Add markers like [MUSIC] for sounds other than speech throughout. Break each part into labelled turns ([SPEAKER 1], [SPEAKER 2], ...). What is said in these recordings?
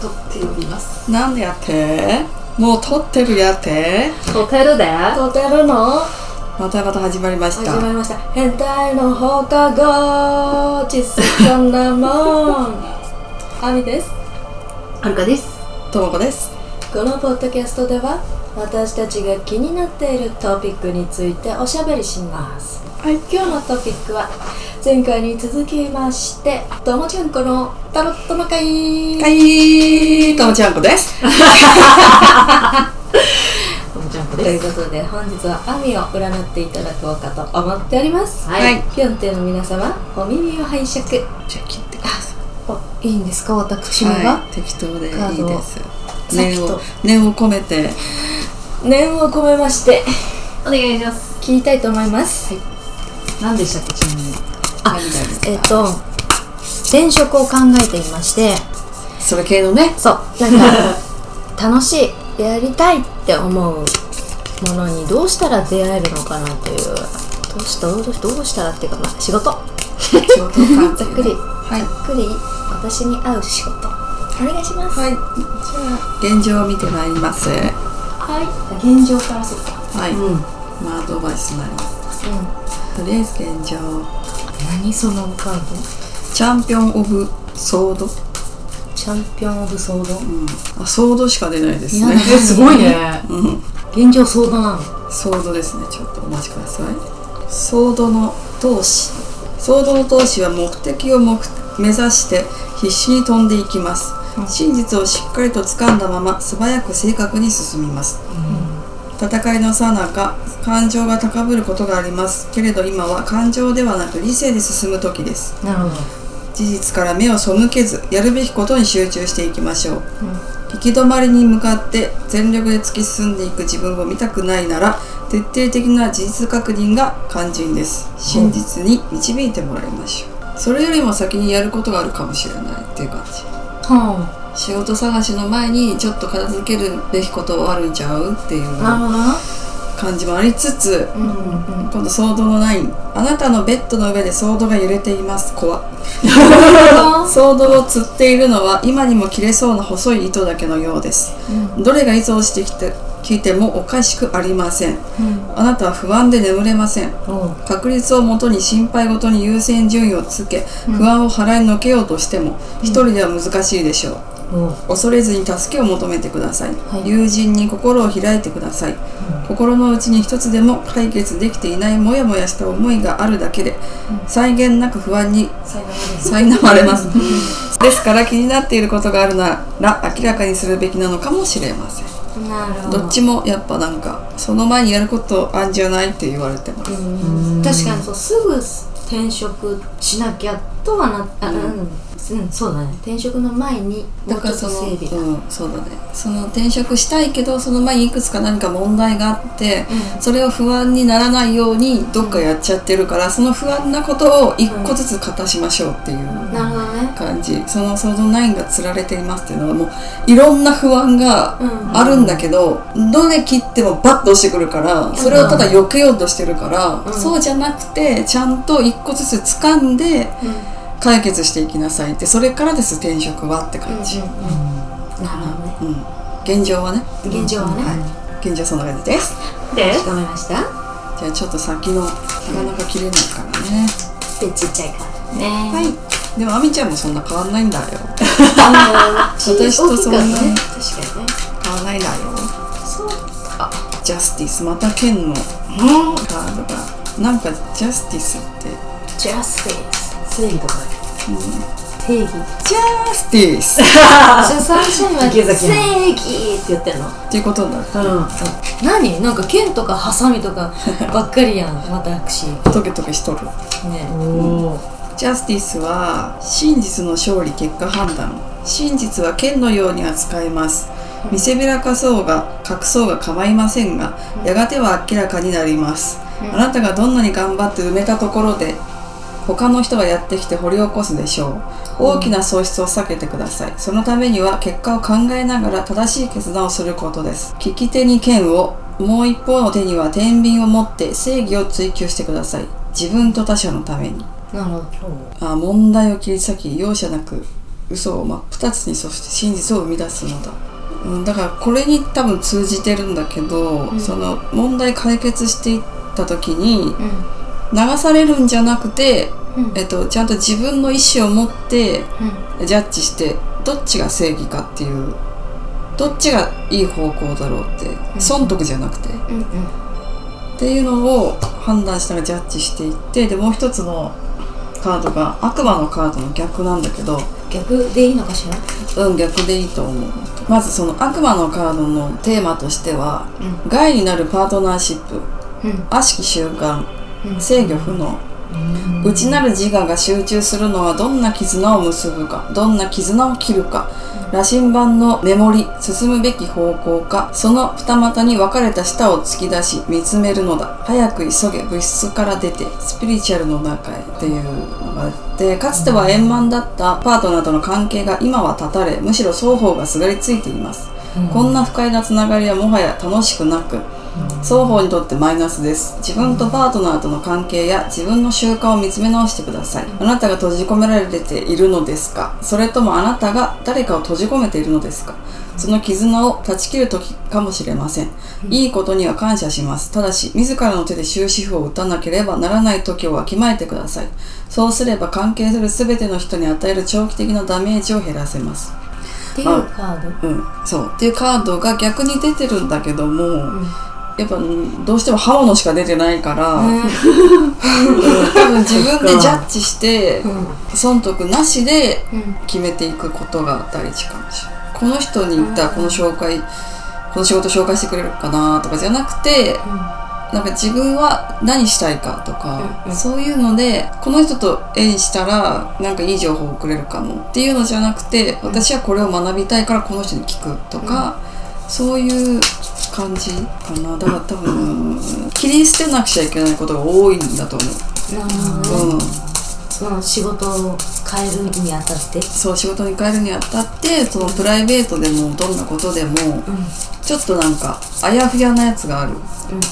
[SPEAKER 1] とって呼びます
[SPEAKER 2] なんやってもう撮ってるやって
[SPEAKER 1] とてるで
[SPEAKER 3] とてるの
[SPEAKER 2] またまた始まりまし
[SPEAKER 3] 始
[SPEAKER 2] た
[SPEAKER 3] まりました変態の放課後ちっそんなもんアミです
[SPEAKER 1] はるかです
[SPEAKER 2] ともこです
[SPEAKER 3] このポッドキャストでは私たちが気になっているトピックについておしゃべりします
[SPEAKER 2] はい
[SPEAKER 3] 今日のトピックは前回に続きましてともちゃんこのタロットの会
[SPEAKER 2] はいともちゃんこです
[SPEAKER 1] ともちゃんこと
[SPEAKER 3] いう
[SPEAKER 1] です
[SPEAKER 3] ことで本日はアミを占っていただこうかと思っております
[SPEAKER 1] は
[SPEAKER 2] はい
[SPEAKER 1] い
[SPEAKER 3] ピョンテの皆様お耳を拝借
[SPEAKER 2] じゃあ切ってくださ
[SPEAKER 3] おいいんですか私
[SPEAKER 2] い
[SPEAKER 3] めが、
[SPEAKER 2] はい適当でいい
[SPEAKER 3] カードを
[SPEAKER 2] です
[SPEAKER 3] さっき
[SPEAKER 2] 念
[SPEAKER 3] と
[SPEAKER 2] を念を込めて
[SPEAKER 3] 念を込めまして
[SPEAKER 1] お願いします
[SPEAKER 3] 聞きたいと思います、
[SPEAKER 1] 何でしたっけちなみに
[SPEAKER 2] あです
[SPEAKER 3] えっ、と転職を考えていまして
[SPEAKER 2] それ系のね
[SPEAKER 3] そうなんか楽しいやりたいって思うものにどうしたら出会えるのかなというどうしたどうどうしたらっていうかまあ仕事
[SPEAKER 2] 仕事関係
[SPEAKER 3] ざっくり
[SPEAKER 2] はい
[SPEAKER 3] ざっくり私に合う仕事お願いします
[SPEAKER 2] はいじゃあ現状を見てまいりますは
[SPEAKER 3] はい現状からそっか
[SPEAKER 2] い、
[SPEAKER 1] うん
[SPEAKER 2] まあアドバイスになります
[SPEAKER 3] うん
[SPEAKER 2] とりあえず現状
[SPEAKER 3] 何そのカード
[SPEAKER 2] チャンピオンオブソード、
[SPEAKER 3] チャンピオン・オブ・ソード
[SPEAKER 2] うん、あソードしか出ないですね
[SPEAKER 3] [LAUGHS] いや
[SPEAKER 1] えすごいね
[SPEAKER 2] うん
[SPEAKER 3] 現状相談なの
[SPEAKER 2] ソードですねちょっとお待ちくださいソードの闘士ソードの闘士は目的を目目指して必死に飛んでいきます真実をしっかりと掴んだまま素早く正確に進みます戦いのさなか感情が高ぶることがありますけれど今は感情ではなく理性で進む時です
[SPEAKER 3] なるほど
[SPEAKER 2] 事実から目を背けずやるべきことに集中していきましょう、行き止まりに向かって全力で突き進んでいく自分を見たくないなら徹底的な事実確認が肝心です真実に導いてもらいましょう、それよりも先にやることがあるかもしれないっていう感じ
[SPEAKER 3] は
[SPEAKER 2] 仕事探しの前にちょっと片付けるべきことはあるんちゃうっていう
[SPEAKER 3] あなるほどな
[SPEAKER 2] 感じもありつつ
[SPEAKER 3] うんうん
[SPEAKER 2] 今度ソードのナインあなたのベッドの上でソードが揺れています怖っ [LAUGHS] ソードを釣っているのは今にも切れそうな細い糸だけのようです、どれがいつ落ちてきて聞いてもおかしくありません、あなたは不安で眠れません確率をもとに心配ごとに優先順位をつけ不安を払いのけようとしても、一人では難しいでしょう恐れずに助けを求めてください、
[SPEAKER 3] い
[SPEAKER 2] 友人に心を開いてください、心の内に一つでも解決できていないモヤモヤした思いがあるだけで、際限なく不安に苛まれます [LAUGHS] ですから気になっていることがあるなら明らかにするべきなのかもしれません
[SPEAKER 3] なるほど
[SPEAKER 2] どっちもやっぱなんかその前にやることあんじゃないって言われてます、
[SPEAKER 3] うん確かにそうすぐ転職しなきゃとはなあうん、うんそうだね転職の前にも
[SPEAKER 2] だ
[SPEAKER 3] う
[SPEAKER 2] か
[SPEAKER 3] ち
[SPEAKER 2] ら
[SPEAKER 3] ょ
[SPEAKER 2] そ
[SPEAKER 3] っと
[SPEAKER 2] の、
[SPEAKER 3] 整備だ
[SPEAKER 2] うん、そうだねその転職したいけどその前にいくつか何か問題があって、それを不安にならないようにどっかやっちゃってるから、その不安なことを一個ずつ片しましょうっていう
[SPEAKER 3] なるほどね
[SPEAKER 2] 感じ、その想像ナインが釣られていますっていうのはもういろんな不安が
[SPEAKER 3] うん
[SPEAKER 2] あるんだけど、どれ切ってもバッと押してくるからそれをただ避けようとしてるから、
[SPEAKER 3] うん
[SPEAKER 2] そうじゃなくてちゃんと一個ずつ掴んで解決していきなさいってそれからです転職はって感じ。
[SPEAKER 3] なるほど
[SPEAKER 2] う
[SPEAKER 3] ね
[SPEAKER 2] ん、現状はね
[SPEAKER 3] 現状はね、
[SPEAKER 2] はい現状はそんな感じです
[SPEAKER 1] で
[SPEAKER 3] わかりました
[SPEAKER 2] じゃあちょっと先のなかなか切れないからね
[SPEAKER 3] でちっちゃい [LAUGHS] から
[SPEAKER 1] ね
[SPEAKER 2] はいでもあみちゃんもそんな変わんないんだよ
[SPEAKER 3] あの
[SPEAKER 2] 私とそんな
[SPEAKER 3] 大きいからね確かにね
[SPEAKER 2] 変わんないんだよ
[SPEAKER 3] そう
[SPEAKER 2] ジャスティスまた剣のカードがなんかジャスティスって
[SPEAKER 3] ジャスティス
[SPEAKER 1] 正義とか
[SPEAKER 3] 定義
[SPEAKER 2] ジャスティス
[SPEAKER 3] じゃあ最初には
[SPEAKER 1] 池崎
[SPEAKER 3] 正
[SPEAKER 1] さん
[SPEAKER 3] 義って言ってんの
[SPEAKER 2] っていうことだ
[SPEAKER 1] うん
[SPEAKER 3] [LAUGHS] 何なんか剣とかハサミとかばっかりや [LAUGHS] ん私ね
[SPEAKER 2] トゲトゲしとる
[SPEAKER 1] おー
[SPEAKER 2] ジャスティスは真実の勝利結果判断真実は剣のように扱います見せびらかそうが隠そうが構いませんがやがては明らかになりますあなたがどんなに頑張って埋めたところで他の人がやってきて掘り起こすでしょう大きな損失を避けてくださいそのためには結果を考えながら正しい決断をすることです利き手に剣をもう一方の手には天秤を持って正義を追求してください自分と他者のために
[SPEAKER 3] なるほど
[SPEAKER 2] あ問題を切り裂き容赦なく嘘を真っ二つにそして真実を生み出すのだ、うん、だからこれに多分通じてるんだけど、
[SPEAKER 4] ん
[SPEAKER 2] その問題解決していった時に
[SPEAKER 4] うん
[SPEAKER 2] 流されるんじゃなくて、
[SPEAKER 4] うん
[SPEAKER 2] えっと、ちゃんと自分の意思を持って
[SPEAKER 4] う
[SPEAKER 2] ジャッジしてどっちが正義かっていうどっちがいい方向だろうって
[SPEAKER 4] うん
[SPEAKER 2] 損得じゃなくて、
[SPEAKER 4] んうんうん
[SPEAKER 2] っていうのを判断しながらジャッジしていってでもう一つのカードが悪魔のカードの逆なんだけど
[SPEAKER 4] 逆でいいのかしら
[SPEAKER 2] うん逆でいいと思うまずその悪魔のカードのテーマとしては
[SPEAKER 4] う
[SPEAKER 2] 害になるパートナーシップ
[SPEAKER 4] うん
[SPEAKER 2] 悪しき習慣
[SPEAKER 4] うん
[SPEAKER 2] 制御不能内なる自我が集中するのはどんな絆を結ぶかどんな絆を切るか羅針盤のメモリ進むべき方向かその二股に分かれた舌を突き出し見つめるのだ早く急げ物質から出てスピリチュアルの中へっていうのがあってかつては円満だったパートナーとの関係が今は断たれむしろ双方がすがりついていますこんな不快なつながりはもはや楽しくなく双方にとってマイナスです自分とパートナーとの関係や自分の習慣を見つめ直してくださいあなたが閉じ込められているのですかそれともあなたが誰かを閉じ込めているのですかその絆を断ち切る時かもしれませんいいことには感謝しますただし自らの手で終止符を打たなければならない時をわきまえてくださいそうすれば関係する全ての人に与える長期的なダメージを減らせます
[SPEAKER 4] っていうカード
[SPEAKER 2] うん、そうっていうカードが逆に出てるんだけども、
[SPEAKER 4] ん
[SPEAKER 2] やっぱうんどうしても刃物しか出てないから、うん
[SPEAKER 4] ね
[SPEAKER 2] 多分自分でジャッジ [LAUGHS] して
[SPEAKER 4] うん
[SPEAKER 2] 損得なしで
[SPEAKER 4] うん
[SPEAKER 2] 決めていくことが第一かもしれないこの人に言ったらこの紹介この仕事紹介してくれるかなとかじゃなくてなんか自分は何したいかとか、
[SPEAKER 4] うんうん
[SPEAKER 2] そういうのでこの人と縁したらなんかいい情報をくれるかもっていうのじゃなくて私はこれを学びたいからこの人に聞くとか、そういう感じかなだから多分切り捨てなくちゃいけないことが多いんだと思
[SPEAKER 4] なるほどね
[SPEAKER 2] う、うん、
[SPEAKER 4] その仕事を変えるにあたって
[SPEAKER 2] そう仕事に変えるにあたってそのプライベートでもどんなことでも
[SPEAKER 4] うんうん
[SPEAKER 2] ちょっとなんかあやふやなやつがある
[SPEAKER 4] うんう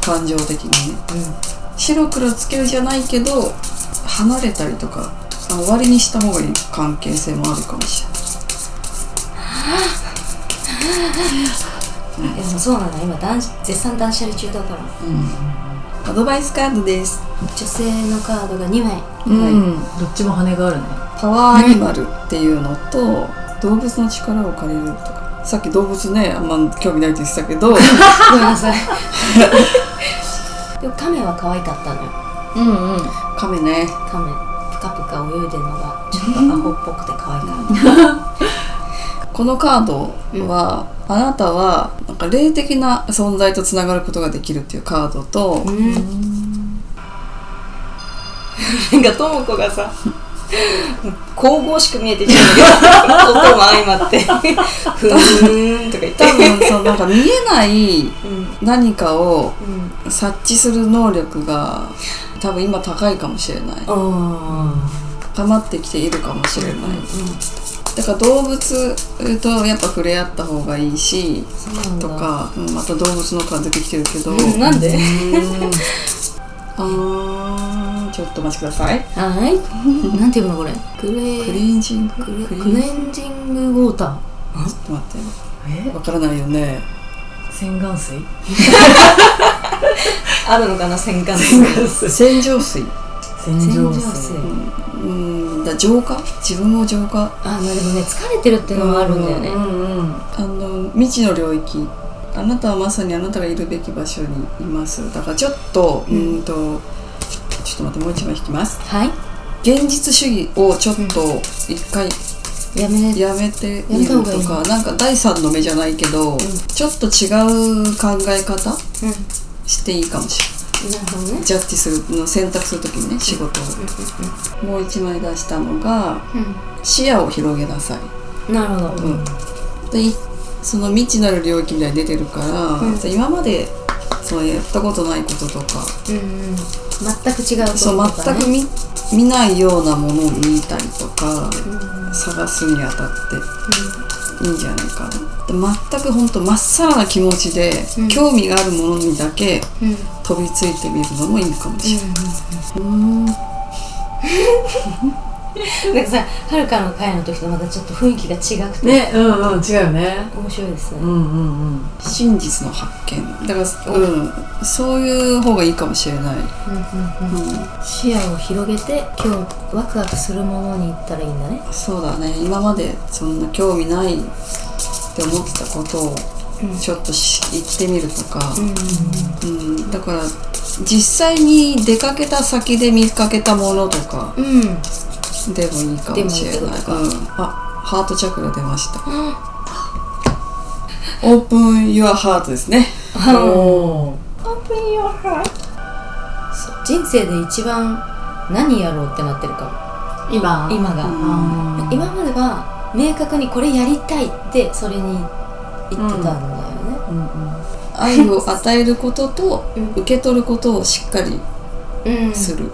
[SPEAKER 2] 感情的にね
[SPEAKER 4] んうん
[SPEAKER 2] 白黒つけるじゃないけど離れたりとかあの終わりにした方がいい関係性もあるかもしれない
[SPEAKER 4] でもそうなの今断絶賛断捨離中だから
[SPEAKER 2] アドバイスカードです、
[SPEAKER 4] 女性のカードが2枚
[SPEAKER 2] うん
[SPEAKER 1] どっちも羽があるね
[SPEAKER 2] パワーアニマルっていうのと、動物の力を借りるとかさっき動物ねあんま興味ないって言ってたけど [LAUGHS]
[SPEAKER 4] ごめんなさいでもカメは可愛かったのよ
[SPEAKER 1] うんうん
[SPEAKER 2] カメね
[SPEAKER 4] カメプカプカ泳いでるのがちょっとアホっぽくて可愛かっ
[SPEAKER 2] このカードは、あなたはなんか霊的な存在とつながることができるっていうカードと
[SPEAKER 4] た、うんなんかともこがさ神々しく見えてきたんだけど音も相まってふーんとか言って
[SPEAKER 2] 多分そのなんか見えない
[SPEAKER 4] うん
[SPEAKER 2] 何かを
[SPEAKER 4] うん
[SPEAKER 2] 察知する能力が多分今高いかもしれない
[SPEAKER 4] あ
[SPEAKER 2] 高まってきているかもしれない
[SPEAKER 4] ーうん
[SPEAKER 2] だから動物とやっぱ触れ合った方がいいし
[SPEAKER 4] そうなんだ
[SPEAKER 2] とか、うん、また動物の顔出てきてるけど
[SPEAKER 4] うんなんで
[SPEAKER 2] あーちょっとお待ちください
[SPEAKER 4] はい。なんていうのこれ。クレ
[SPEAKER 2] クリーンジング
[SPEAKER 4] クレ
[SPEAKER 2] クリ
[SPEAKER 4] ク
[SPEAKER 2] ーン
[SPEAKER 4] レンジングウォーター。
[SPEAKER 2] ちょっと待っ
[SPEAKER 1] え
[SPEAKER 2] てわからないよね
[SPEAKER 1] 洗顔水
[SPEAKER 4] あるのかな洗顔水。
[SPEAKER 2] 洗浄水
[SPEAKER 1] 洗浄水
[SPEAKER 2] うんだから浄化自分を浄化
[SPEAKER 4] あ、まあでもね疲れてるっていうのもあるんだよね。
[SPEAKER 1] うんうん
[SPEAKER 2] あの未知の領域あなたはまさにあなたがいるべき場所にいますだからちょっとうーんとちょっと待ってもう一枚引きます
[SPEAKER 4] は
[SPEAKER 2] 現実主義をちょっと一回
[SPEAKER 4] い。やめ。
[SPEAKER 2] やめてみると
[SPEAKER 4] やめた方
[SPEAKER 2] かなんか第三の目じゃないけど、ちょっと違う考え方
[SPEAKER 4] うん。
[SPEAKER 2] していいかもしれな
[SPEAKER 4] な
[SPEAKER 2] い
[SPEAKER 4] るほどね。
[SPEAKER 2] ジャッジするの選択するときにね仕事を、もう一枚出したのが視野を広げなさい
[SPEAKER 4] うん。なるほど。
[SPEAKER 2] うん、でいその未知なる領域みたいに出てるから、
[SPEAKER 4] うん
[SPEAKER 2] じゃあ今までそうやったことないこととか
[SPEAKER 4] うんうん。全く違うと
[SPEAKER 2] そう
[SPEAKER 4] ころとか
[SPEAKER 2] 全く
[SPEAKER 4] ね。
[SPEAKER 2] 見見ないようなものを見たりとか、探すにあたっていいんじゃないかなで全く本当まっさらな気持ちで、
[SPEAKER 4] うん
[SPEAKER 2] 興味があるものにだけ
[SPEAKER 4] うん。うん。
[SPEAKER 2] 飛びついてみるのもいいかもしれない、うーん
[SPEAKER 3] なんかさはるかの会の時とまたちょっと雰囲気が違くて、
[SPEAKER 1] ねうんうん違うよね
[SPEAKER 3] 面白いです
[SPEAKER 1] う
[SPEAKER 3] ね、
[SPEAKER 1] んうんうん
[SPEAKER 2] 真実の発見だからうんそういう方がいいかもしれない、
[SPEAKER 4] うんうんうん
[SPEAKER 2] う
[SPEAKER 4] 視野を広げて今日ワクワクするものに行ったらいいんだね
[SPEAKER 2] ん、そうだね今までそんな興味ないって思ってたことを
[SPEAKER 4] うん
[SPEAKER 2] ちょっとし行ってみるとか、
[SPEAKER 4] うんうん
[SPEAKER 2] うん、だから実際に出かけた先で見かけたものとか
[SPEAKER 4] うんうん
[SPEAKER 2] でもいいか
[SPEAKER 4] で
[SPEAKER 2] もしれない
[SPEAKER 4] もいいってことか
[SPEAKER 2] うん、あハートチャクラ出ました [LAUGHS] オープンユアハートですね
[SPEAKER 1] おー
[SPEAKER 3] そう人生で一番何やろうってなってるか
[SPEAKER 1] 今
[SPEAKER 3] も今が、
[SPEAKER 1] あー
[SPEAKER 3] 今までは明確にこれやりたいってそれに言ってたんだよね、
[SPEAKER 1] うんうん
[SPEAKER 2] 愛を与えることと
[SPEAKER 3] うん
[SPEAKER 2] 受け取ることをしっかり
[SPEAKER 3] うん
[SPEAKER 2] する、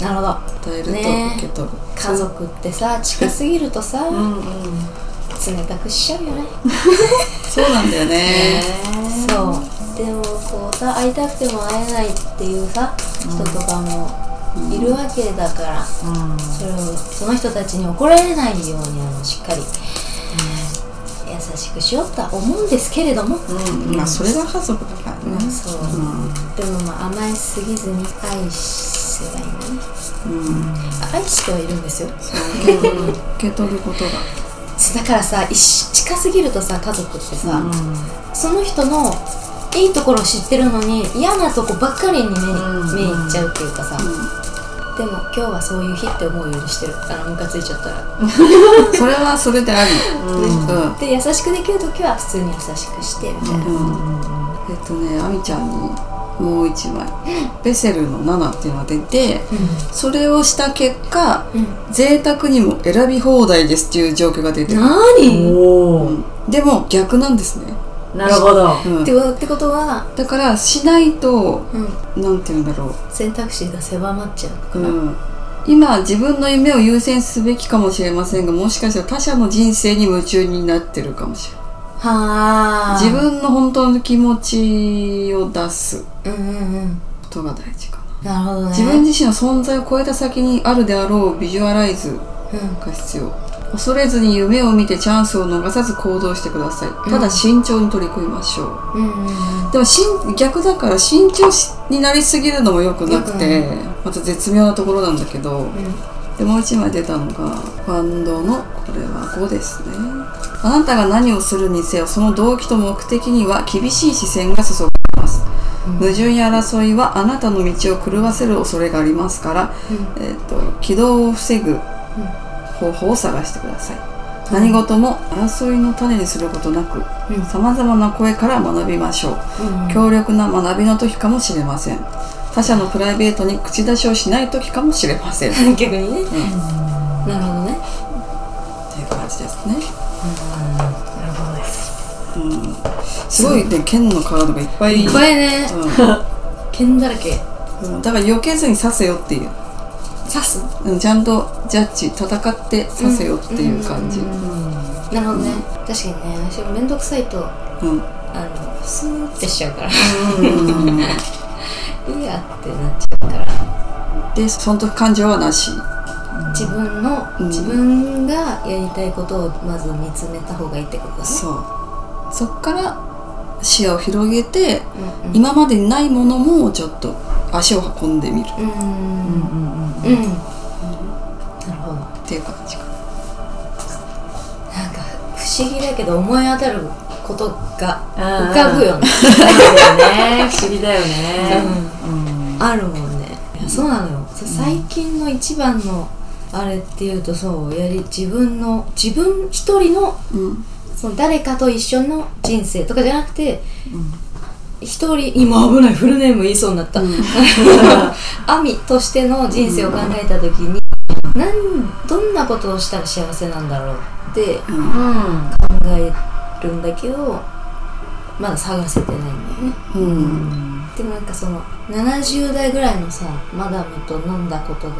[SPEAKER 3] なるほど
[SPEAKER 2] 与えると
[SPEAKER 3] ね
[SPEAKER 2] 受け取る、
[SPEAKER 3] 家族ってさ近すぎるとさ、
[SPEAKER 1] うんうん
[SPEAKER 3] 冷たくしちゃうよね
[SPEAKER 2] そうなんだよね
[SPEAKER 3] そうでもこうさ会いたくても会えないっていうさ人とかもいるわけだから、
[SPEAKER 1] うん
[SPEAKER 3] それをその人たちに怒られないようにあのしっかり、優しくしようとは思うんですけれども、
[SPEAKER 2] うん、まあそれが家族だからね、
[SPEAKER 3] そう
[SPEAKER 2] うん
[SPEAKER 3] でもまあ甘えすぎずに愛せばいいんだね
[SPEAKER 2] うん、
[SPEAKER 3] あ愛してはいるんですよ
[SPEAKER 2] そう受け取る受け取ることが
[SPEAKER 3] だからさ一緒近すぎるとさ家族ってさ、
[SPEAKER 2] う
[SPEAKER 3] その人のいいところを知ってるのに嫌なとこばっかりに目,、
[SPEAKER 1] うん
[SPEAKER 3] 目いっちゃうっていうかさ、
[SPEAKER 2] う
[SPEAKER 3] でも今日はそういう日って思うようにしてるからムカついちゃったら、
[SPEAKER 2] んそれはそれであり、うん
[SPEAKER 3] で優しくできる時は普通に優しくしてみたいな、
[SPEAKER 2] えっとね、あみちゃんにもう一枚ベセルの7っていうのが出てそれをした結果贅沢にも選び放題ですっていう状況が出てる、
[SPEAKER 3] 何
[SPEAKER 1] お
[SPEAKER 2] う
[SPEAKER 1] お
[SPEAKER 2] んでも逆なんですね、
[SPEAKER 1] なるほど
[SPEAKER 2] うん
[SPEAKER 3] ってことってことは、
[SPEAKER 2] だからしないとなんて言うんだろ
[SPEAKER 3] 選択肢が狭まっちゃうの
[SPEAKER 2] う、
[SPEAKER 3] か
[SPEAKER 2] う
[SPEAKER 3] な、
[SPEAKER 2] ん、今自分の夢を優先すべきかもしれませんがもしかしたら他者の人生に夢中になってるかもしれない
[SPEAKER 3] はあ
[SPEAKER 2] 自分の本当の気持ちを出すこ
[SPEAKER 3] うんうんうん
[SPEAKER 2] とが大事かな
[SPEAKER 3] なるほどね
[SPEAKER 2] 自分自身の存在を超えた先にあるであろうビジュアライズ
[SPEAKER 3] うん
[SPEAKER 2] が必要恐れずに夢を見てチャンスを逃さず行動してくださいただ慎重に取り組みましょう、
[SPEAKER 3] うんうんうん
[SPEAKER 2] でもしん逆だから慎重しになりすぎるのも良くなくて、また絶妙なところなんだけど、でもう一枚出たのがファンドのこれは5ですねあなたが何をするにせよその動機と目的には厳しい視線が注がれます矛盾や争いはあなたの道を狂わせる恐れがありますから、えー、と軌道を防ぐ方法を探してください、何事も争いの種にすることなく
[SPEAKER 3] うん
[SPEAKER 2] さまざまな声から学びましょう、強力な学びの時かもしれません他者のプライベートに口出しをしない時かもしれませんってい
[SPEAKER 3] うん逆にね、なるほどね
[SPEAKER 2] う感じですね
[SPEAKER 1] なるほどです
[SPEAKER 2] うんすごいね剣のカードがいっぱい
[SPEAKER 3] いっぱいね
[SPEAKER 2] う
[SPEAKER 3] 剣だらけ
[SPEAKER 2] んうんだから避けずに刺せよっていう
[SPEAKER 3] 刺す
[SPEAKER 2] うんちゃんとジャッジ戦ってさせよっていう感じ、うん
[SPEAKER 3] なるほどね、確かにね私も面倒くさいとあのスーってしちゃうから [LAUGHS] いいやってなっちゃうから
[SPEAKER 2] でその時感情はなし
[SPEAKER 3] 自分の、
[SPEAKER 2] うん
[SPEAKER 3] 自分がやりたいことをまず見つめた方がいいってことだね
[SPEAKER 2] そうそっから視野を広げて、
[SPEAKER 3] うん
[SPEAKER 2] 今までにないものもちょっと足を運んでみる
[SPEAKER 3] うーんうん
[SPEAKER 1] [LAUGHS] うん
[SPEAKER 3] うんなるほどなん
[SPEAKER 2] っていう感じかな
[SPEAKER 3] か不思議だけど思い当たることが
[SPEAKER 1] あー
[SPEAKER 3] 浮かぶよね
[SPEAKER 1] ね不思議だよねうん
[SPEAKER 3] あるもんねいやそうなのよ、最近の一番のあれっていうとそうやり自分の自分一人の
[SPEAKER 2] うん
[SPEAKER 3] その誰かと一緒の人生とかじゃなくて一、人今危ないフルネーム言いそうになった、 [LAUGHS] アミとしての人生を考えた時に、なんどんなことをしたら幸せなんだろうって
[SPEAKER 1] うん
[SPEAKER 3] 考えるんだけどまだ探せてないんだよね
[SPEAKER 2] うん
[SPEAKER 3] でもなんかその70代ぐらいのさマダムと飲んだことで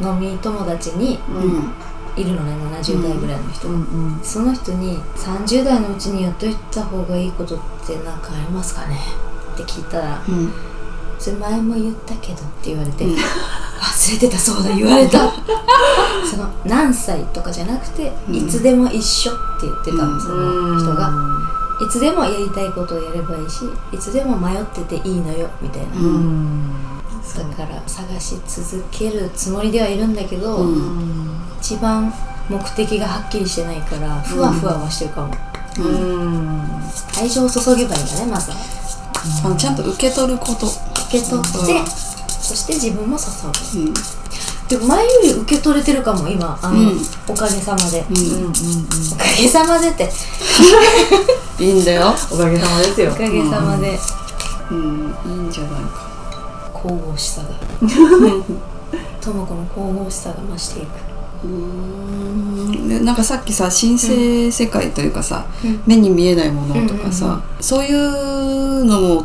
[SPEAKER 3] 飲み友達に
[SPEAKER 2] うん
[SPEAKER 3] いるのね70代ぐらいの人が、
[SPEAKER 1] うん
[SPEAKER 3] その人に30代のうちにやっといた方がいいことって何かありますかねって聞いたら
[SPEAKER 2] うん
[SPEAKER 3] 「それ前も言ったけど」って言われて「あ忘れてたそうだ言われたその何歳とかじゃなくて、
[SPEAKER 2] うん
[SPEAKER 3] いつでも一緒って言ってたんです、
[SPEAKER 1] うん
[SPEAKER 3] 人がいつでもやりたいことをやればいいしいつでも迷ってていいのよみたいな、
[SPEAKER 2] うん
[SPEAKER 1] うん
[SPEAKER 3] だから探し続けるつもりではいるんだけど、
[SPEAKER 2] うん
[SPEAKER 3] 一番目的がはっきりしてないからふわふわはしてるかも、
[SPEAKER 1] うん
[SPEAKER 3] 愛情を注げばいいんだねまずは
[SPEAKER 2] あのちゃんと受け取ること、
[SPEAKER 3] 受け取って、
[SPEAKER 2] うん
[SPEAKER 3] そして自分も注ぐ
[SPEAKER 2] うん
[SPEAKER 3] でも前より受け取れてるかも今あの、
[SPEAKER 2] うん
[SPEAKER 3] おかげさまで、
[SPEAKER 2] う
[SPEAKER 1] うん
[SPEAKER 2] ん
[SPEAKER 1] うん
[SPEAKER 3] おかげさまでって
[SPEAKER 2] いいんだよ、
[SPEAKER 1] おかげさまですよ
[SPEAKER 3] おかげさまで
[SPEAKER 2] うん、いいんじゃないか
[SPEAKER 3] 神々し [LAUGHS] さがともこの神々しさが増していく
[SPEAKER 2] うーんでなんかさっきさ神聖世界というかさ、
[SPEAKER 3] うん
[SPEAKER 2] 目に見えないものとかさ、そういうのも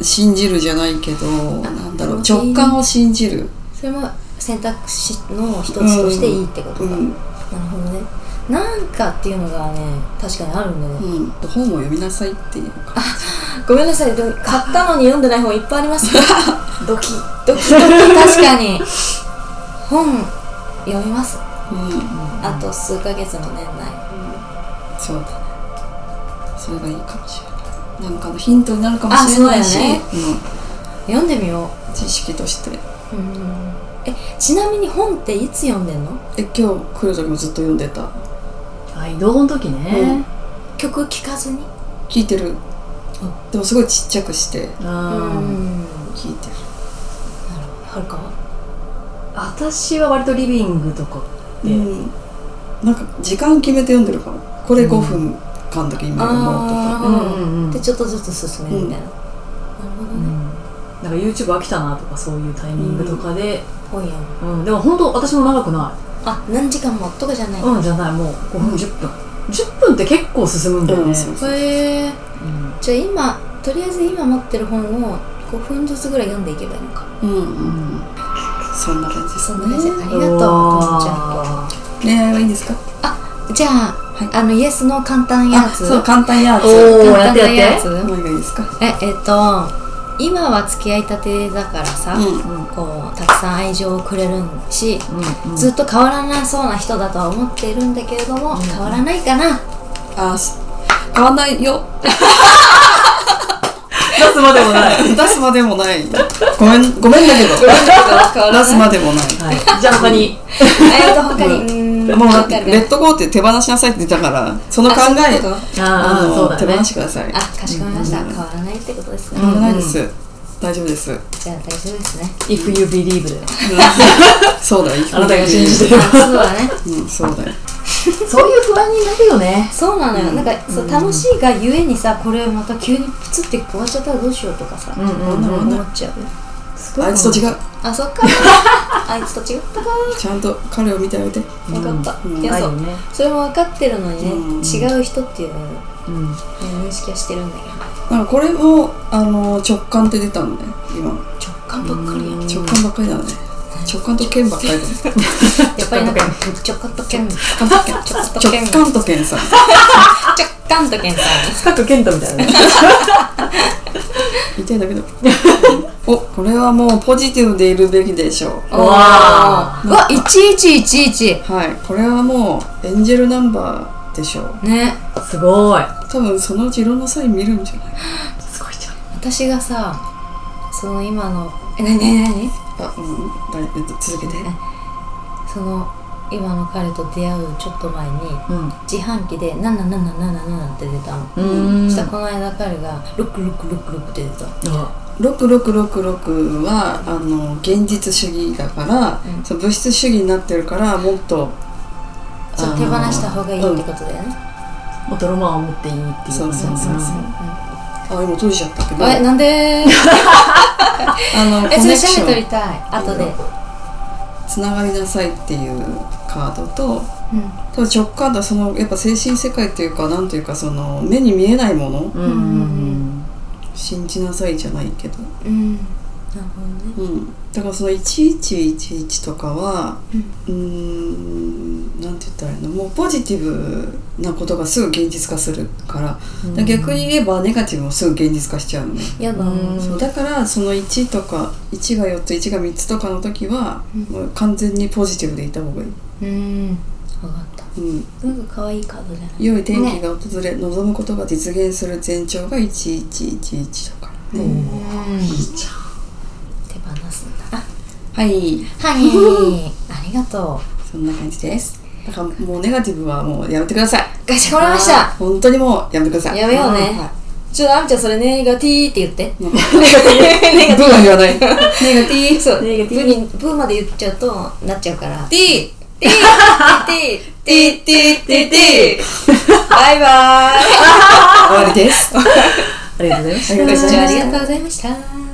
[SPEAKER 2] 信じるじゃないけどなんだろう
[SPEAKER 3] でも
[SPEAKER 2] 直感を信じる、
[SPEAKER 3] それも選択肢の一つとしていいってこと
[SPEAKER 2] う
[SPEAKER 3] か、なる
[SPEAKER 2] ん
[SPEAKER 3] ほどねなんかっていうのがね確かにあるんだね、
[SPEAKER 2] うん、本を読みなさいっていうか
[SPEAKER 3] ごめんなさい、でも買ったのに読んでない本いっぱいありますね。 [LAUGHS] ドキドキドキ、確かに。本読みます。
[SPEAKER 2] うん、
[SPEAKER 3] あと数ヶ月の年内。
[SPEAKER 2] そうだねそれがいいかもしれないなんかのヒントになるかもしれないし
[SPEAKER 3] あそうだよね読んでみよ
[SPEAKER 2] うん、知識として
[SPEAKER 3] う。うんえ、ちなみに本っていつ読んでんの
[SPEAKER 2] え今日来る時もずっと読んでた
[SPEAKER 1] あ移動の時ね
[SPEAKER 3] 曲聴かずに
[SPEAKER 2] 聞いてるでもすごいちっちゃくして
[SPEAKER 3] う
[SPEAKER 1] あー
[SPEAKER 2] 聞いてる
[SPEAKER 3] はるかは
[SPEAKER 1] 私は割とリビングとかで
[SPEAKER 2] うん、なんか時間決めて読んでるかもこれ5分間だけ今読もうとか、
[SPEAKER 3] あー
[SPEAKER 1] うんうんうん
[SPEAKER 3] で、ちょっとずつ進めるみたいな。なるほど
[SPEAKER 1] う
[SPEAKER 3] ね。
[SPEAKER 1] んなんか YouTube 飽きたなとかそういうタイミングとかで、
[SPEAKER 3] 本読む。
[SPEAKER 1] うんでも本当私も長くな
[SPEAKER 3] あ、何時間もとかじゃない
[SPEAKER 1] い。うんじゃないもう5分10分、10分って結構進むんだよ
[SPEAKER 2] う
[SPEAKER 1] ね
[SPEAKER 2] ん、そうそう
[SPEAKER 3] へえ。
[SPEAKER 1] うん
[SPEAKER 3] じゃあ今、とりあえず今持ってる本を5分ずつぐらい読んでいけばいいのか。
[SPEAKER 2] うんうんそんな感じ
[SPEAKER 3] そんな感じ。ありがと
[SPEAKER 1] う
[SPEAKER 3] う、ともちゃん。
[SPEAKER 1] わー
[SPEAKER 2] 恋愛はいいんですか
[SPEAKER 3] じゃあ、
[SPEAKER 2] い
[SPEAKER 3] あのイエスの簡単や
[SPEAKER 2] あ
[SPEAKER 3] つ。
[SPEAKER 2] そう簡単やつ
[SPEAKER 1] おー
[SPEAKER 3] 簡単なやつ。
[SPEAKER 2] 何がいいですか
[SPEAKER 3] え、えっと、今は付き合いたてだからさ、
[SPEAKER 2] うん
[SPEAKER 3] こうたくさん愛情をくれるし、
[SPEAKER 1] うんうん
[SPEAKER 3] ずっと変わらなそうな人だとは思っているんだけれども、変わらないかな。
[SPEAKER 2] あす買わないよ
[SPEAKER 1] 出すまでもな
[SPEAKER 2] [LAUGHS]
[SPEAKER 1] い
[SPEAKER 2] 出すまでもないごめんごめんだけど出すまでもない
[SPEAKER 1] はい、じゃあ他に
[SPEAKER 3] えっと他に、うーん
[SPEAKER 2] もうだっ
[SPEAKER 3] わ
[SPEAKER 2] て
[SPEAKER 3] かる
[SPEAKER 2] レッドゴーって手放しなさいって言ったからその考
[SPEAKER 3] あそうい
[SPEAKER 2] え
[SPEAKER 3] うこと
[SPEAKER 2] あ
[SPEAKER 1] ああ
[SPEAKER 2] の
[SPEAKER 1] そうだ
[SPEAKER 2] 手
[SPEAKER 1] ね
[SPEAKER 2] 放してください
[SPEAKER 3] あ、かしこまりました。変わらないってことですね。
[SPEAKER 2] 変わらないです大丈夫です
[SPEAKER 3] じゃあ大丈夫ですね。
[SPEAKER 1] 「If you believe」だよ
[SPEAKER 2] そうだよ
[SPEAKER 1] あなたが信じて
[SPEAKER 3] あ
[SPEAKER 1] る
[SPEAKER 3] そうだね。
[SPEAKER 2] うんそうだよ
[SPEAKER 1] そういう不安になるよね
[SPEAKER 3] そうなのよ、なんかそう楽しいがゆえにさこれまた急にプツって壊っちゃったらどうしようとかさ、
[SPEAKER 1] うんうんうん
[SPEAKER 3] 思っちゃう
[SPEAKER 1] す
[SPEAKER 2] あいつと違う
[SPEAKER 3] あそっ [LAUGHS] かあいつと違ったか
[SPEAKER 2] ちゃんと彼を見てあげて
[SPEAKER 1] うん
[SPEAKER 3] 分かった、
[SPEAKER 2] うん
[SPEAKER 3] いや
[SPEAKER 1] ある
[SPEAKER 3] そ
[SPEAKER 1] よ
[SPEAKER 3] う
[SPEAKER 1] ね
[SPEAKER 3] それも分かってるのにね、
[SPEAKER 2] うん
[SPEAKER 3] 違う人っていうのを、ね、
[SPEAKER 1] うん
[SPEAKER 3] 認識はしてるんだけど
[SPEAKER 2] なんかこれもあの直感って出たんだよ今
[SPEAKER 3] 直感ばっかりやん
[SPEAKER 2] 直感ばっかりだね直感と剣ばっ [LAUGHS] かりだね
[SPEAKER 3] やっぱりなんか直感と剣直
[SPEAKER 2] 直感と剣
[SPEAKER 3] 感と剣
[SPEAKER 2] 直感と剣さん
[SPEAKER 3] 直感と剣さん
[SPEAKER 1] 深く健太みたいなね
[SPEAKER 2] 言いたい [LAUGHS] だけだおこれはもうポジティブでいるべきでしょ
[SPEAKER 1] うわ
[SPEAKER 3] うわ1111
[SPEAKER 2] うはいこれはもうエンジェルナンバーでしょう
[SPEAKER 3] ね
[SPEAKER 1] すごい
[SPEAKER 2] 多分そのうちいろんなサイン見るんじゃない
[SPEAKER 1] すごいじゃん
[SPEAKER 3] 私がさその今のえなになになに
[SPEAKER 2] あうんだい続けて
[SPEAKER 3] その今の彼と出会うちょっと前に
[SPEAKER 1] うん
[SPEAKER 3] 自販機で「7777」って出たの、
[SPEAKER 1] うん
[SPEAKER 3] そしたらこの間彼が「ロックロックロックロック」って出たの
[SPEAKER 1] あ
[SPEAKER 2] 6666はあの現実主義だから、
[SPEAKER 3] うん
[SPEAKER 2] その物質主義になってるからもっと
[SPEAKER 3] そう
[SPEAKER 2] あの
[SPEAKER 3] 手放した方がいいってことだよね、
[SPEAKER 1] もっとロマンを持っていいっていう
[SPEAKER 2] そうそうそうそうあ今閉じちゃったけど
[SPEAKER 3] えなんで
[SPEAKER 2] あの
[SPEAKER 3] え
[SPEAKER 2] コ
[SPEAKER 3] そ
[SPEAKER 2] ネ
[SPEAKER 3] れ
[SPEAKER 2] クシ
[SPEAKER 3] 写メ撮り
[SPEAKER 2] ョン
[SPEAKER 3] たい後で
[SPEAKER 2] つながりなさいっていうカードと
[SPEAKER 3] うん
[SPEAKER 2] でも直感だそのやっぱ精神世界というかなんというかその目に見えないもの
[SPEAKER 1] うんうんうん
[SPEAKER 2] 信じなさいじゃないけど
[SPEAKER 3] うんなるほどね
[SPEAKER 2] うん、だからその1111とかはうーんなんて言ったらいいのもうポジティブなことがすぐ現実化するから,、逆に言えばネガティブもすぐ現実化しちゃうのね、
[SPEAKER 3] や
[SPEAKER 4] う
[SPEAKER 3] だ、
[SPEAKER 4] ん
[SPEAKER 2] そうだからその1とか1が4つ1が3つとかの時は、
[SPEAKER 3] うん
[SPEAKER 2] もう完全にポジティブでいた方がいい、
[SPEAKER 3] うん分かった
[SPEAKER 2] うん、
[SPEAKER 3] なんか可愛いカードじゃない
[SPEAKER 2] 良い天気が訪れ、望むことが実現する前兆が1111だからね、
[SPEAKER 3] うん
[SPEAKER 1] ちゃん
[SPEAKER 3] 手放すんだ
[SPEAKER 2] はい
[SPEAKER 4] はいありがと
[SPEAKER 2] そんな感じですだからもうネガティブはもうやめてくださいう
[SPEAKER 4] かしこまりました
[SPEAKER 2] 本当にもうやめてください
[SPEAKER 3] やめようね
[SPEAKER 2] はい
[SPEAKER 3] ちょっとあみちゃんそれネガティーって言って
[SPEAKER 2] [LAUGHS] ブーは言わない。
[SPEAKER 3] ネガティーそう
[SPEAKER 1] ネガティー
[SPEAKER 3] ブにブーまで言っちゃうとなっちゃうから
[SPEAKER 2] ティー
[SPEAKER 3] ティーティーティーティーティーティーバイバーイ
[SPEAKER 2] 終わりです。
[SPEAKER 1] ありがとうございました
[SPEAKER 2] ありがとうございました
[SPEAKER 3] ございました。